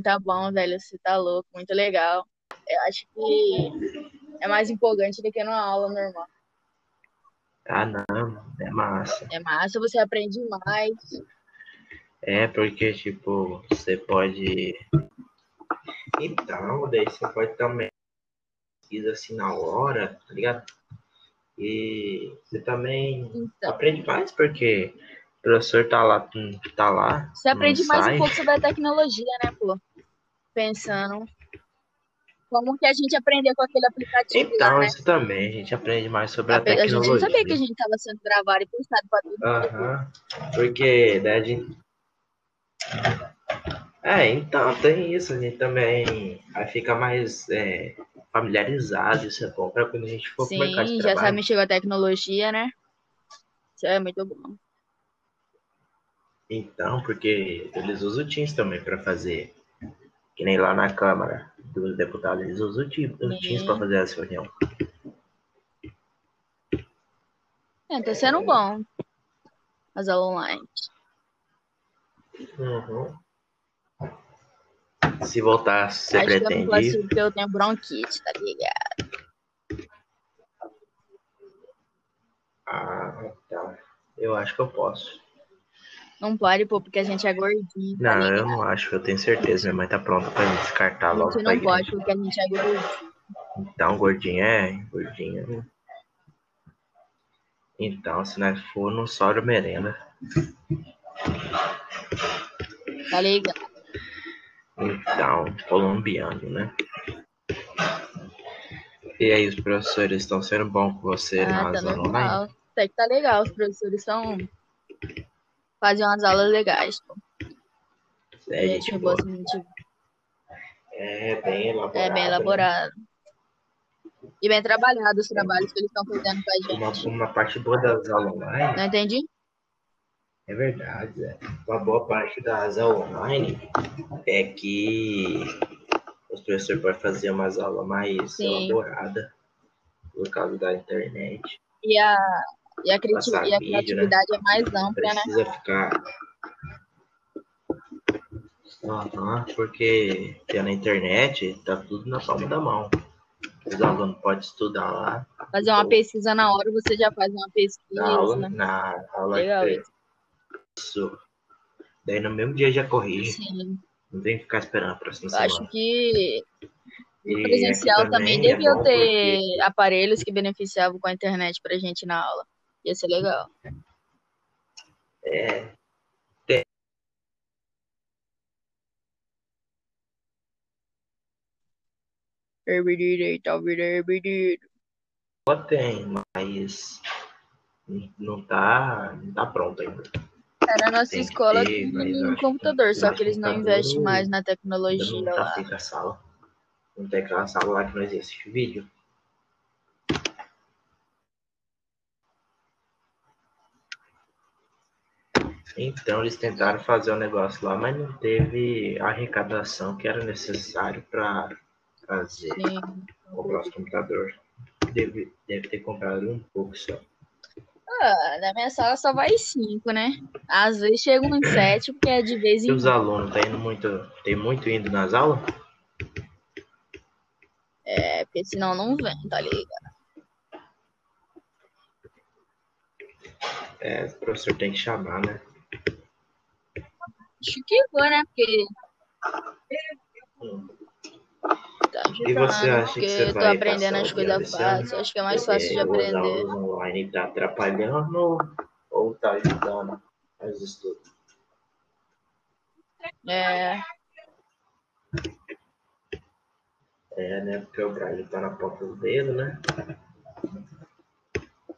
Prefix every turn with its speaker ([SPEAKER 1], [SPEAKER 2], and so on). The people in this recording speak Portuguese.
[SPEAKER 1] Tá bom, velho, você tá louco, muito legal. Eu acho que é mais empolgante do que numa aula normal.
[SPEAKER 2] Ah, não, é massa.
[SPEAKER 1] É massa, você aprende mais.
[SPEAKER 2] É, porque, tipo, você pode. Então, daí você pode também pesquisa assim na hora, tá ligado? E você também
[SPEAKER 1] Então,
[SPEAKER 2] aprende mais, porque o professor tá lá, tá lá,
[SPEAKER 1] você
[SPEAKER 2] não
[SPEAKER 1] aprende mais um
[SPEAKER 2] sai.
[SPEAKER 1] pouco sobre a tecnologia, né, pô? Pensando como que a gente aprendeu com aquele aplicativo lá,
[SPEAKER 2] Então,
[SPEAKER 1] né?
[SPEAKER 2] isso também, a gente aprende mais sobre
[SPEAKER 1] A,
[SPEAKER 2] a
[SPEAKER 1] pe- a gente não sabia que a
[SPEAKER 2] tecnologia.
[SPEAKER 1] gente tava sendo gravado e postado pra todo mundo, pô.
[SPEAKER 2] Aham. Porque daí a gente. É, então tem isso, a gente também aí fica mais é, familiarizado, isso é bom pra quando a gente for pro mercado é de
[SPEAKER 1] Sim, já sabe
[SPEAKER 2] trabalho.
[SPEAKER 1] mexer com a tecnologia, né? Isso é muito bom.
[SPEAKER 2] Então, porque eles usam o Teams também pra fazer, que nem lá na Câmara dos Deputados, eles usam o Teams, o Teams para
[SPEAKER 1] Sim.
[SPEAKER 2] fazer essa reunião.
[SPEAKER 1] É, tá sendo bom as aulas online.
[SPEAKER 2] Uhum. Se voltar, se você
[SPEAKER 1] Acho que eu não
[SPEAKER 2] pretende ir.
[SPEAKER 1] classifico porque eu tenho bronquite, tá ligado?
[SPEAKER 2] Ah, tá. Eu acho que eu posso.
[SPEAKER 1] Não pode, pô, porque a gente é gordinho, tá
[SPEAKER 2] Não, eu
[SPEAKER 1] ligado?
[SPEAKER 2] não acho, eu tenho certeza. Minha mãe tá pronta pra me descartar
[SPEAKER 1] A
[SPEAKER 2] logo
[SPEAKER 1] gente
[SPEAKER 2] pra
[SPEAKER 1] não pode
[SPEAKER 2] igreja.
[SPEAKER 1] porque a gente é gordinho.
[SPEAKER 2] Então, gordinha é, gordinha. Então, se nós for, não sobra merenda.
[SPEAKER 1] Tá ligado?
[SPEAKER 2] Então, colombiano, né? E aí, os professores estão sendo bons com você
[SPEAKER 1] Ah,
[SPEAKER 2] na
[SPEAKER 1] tá
[SPEAKER 2] zona online?
[SPEAKER 1] normal. Até que tá legal. Os professores são fazem umas aulas legais, pô.
[SPEAKER 2] É, gente
[SPEAKER 1] Gente boa,
[SPEAKER 2] boa.
[SPEAKER 1] assim, gente é
[SPEAKER 2] É, bem
[SPEAKER 1] bem
[SPEAKER 2] elaborado, né?
[SPEAKER 1] elaborado. E bem trabalhado os trabalhos que eles estão fazendo com a
[SPEAKER 2] Uma,
[SPEAKER 1] gente.
[SPEAKER 2] uma parte boa das aulas online,
[SPEAKER 1] Não entendi?
[SPEAKER 2] é verdade, é. Uma boa parte das aulas online é que os professores podem fazer umas aulas mais
[SPEAKER 1] Sim.
[SPEAKER 2] elaboradas por causa da internet.
[SPEAKER 1] E a, e a, criati-
[SPEAKER 2] Passar
[SPEAKER 1] e a
[SPEAKER 2] vídeo, né?
[SPEAKER 1] criatividade é mais ampla, né?
[SPEAKER 2] Precisa ficar. Aham, porque pela internet tá tudo na palma da mão. Os alunos podem estudar lá,
[SPEAKER 1] Fazer uma
[SPEAKER 2] ou
[SPEAKER 1] pesquisa na hora, você já faz uma
[SPEAKER 2] na aula,
[SPEAKER 1] pesquisa.
[SPEAKER 2] na aula
[SPEAKER 1] né? Legal
[SPEAKER 2] de
[SPEAKER 1] isso.
[SPEAKER 2] isso. Daí no mesmo dia já corrige.
[SPEAKER 1] Sim.
[SPEAKER 2] Não tem que ficar esperando a próxima
[SPEAKER 1] Eu acho
[SPEAKER 2] semana.
[SPEAKER 1] que no
[SPEAKER 2] E aqui
[SPEAKER 1] presencial também
[SPEAKER 2] também é
[SPEAKER 1] deviam
[SPEAKER 2] bom porque
[SPEAKER 1] ter aparelhos que beneficiavam com a internet pra gente na aula. Ia ser legal.
[SPEAKER 2] É. tem-
[SPEAKER 1] Herbidire, talvire, herbidire.
[SPEAKER 2] só tem, mas não tá, não tá pronto ainda.
[SPEAKER 1] Cara, a nossa
[SPEAKER 2] Tem que
[SPEAKER 1] escola
[SPEAKER 2] ter, mas eu
[SPEAKER 1] tem
[SPEAKER 2] acho que
[SPEAKER 1] computador,
[SPEAKER 2] lá
[SPEAKER 1] só
[SPEAKER 2] de
[SPEAKER 1] que eles não
[SPEAKER 2] computador
[SPEAKER 1] investem mais na
[SPEAKER 2] ainda não
[SPEAKER 1] tecnologia
[SPEAKER 2] tá
[SPEAKER 1] lá.
[SPEAKER 2] feita a sala. Não tem aquela sala lá que nós assiste vídeo. Então eles tentaram fazer o negócio lá, mas não teve a arrecadação que era necessário para fazer
[SPEAKER 1] Sim.
[SPEAKER 2] comprar os computadores. Deve, deve ter comprado um pouco só.
[SPEAKER 1] Ah, na minha sala só vai cinco, né? Às vezes chega uns sete, porque é de vez
[SPEAKER 2] E
[SPEAKER 1] em
[SPEAKER 2] os
[SPEAKER 1] quando.
[SPEAKER 2] alunos tá indo muito, tem muito indo nas aulas?
[SPEAKER 1] É, porque senão não vem, tá ligado?
[SPEAKER 2] É, o professor tem que chamar, né?
[SPEAKER 1] Acho que vou, né? Porque tá
[SPEAKER 2] E você
[SPEAKER 1] ajudando,
[SPEAKER 2] acha
[SPEAKER 1] porque
[SPEAKER 2] que você
[SPEAKER 1] eu tô
[SPEAKER 2] vai
[SPEAKER 1] aprendendo
[SPEAKER 2] passar
[SPEAKER 1] as
[SPEAKER 2] o
[SPEAKER 1] coisas
[SPEAKER 2] diário esse ano?
[SPEAKER 1] fácil. Acho que é mais fácil
[SPEAKER 2] Porque
[SPEAKER 1] de
[SPEAKER 2] as
[SPEAKER 1] aprender.
[SPEAKER 2] aulas online tá atrapalhando ou tá ajudando os estudos?
[SPEAKER 1] É,
[SPEAKER 2] É, né? Porque o Brasil tá na ponta do dedo, né?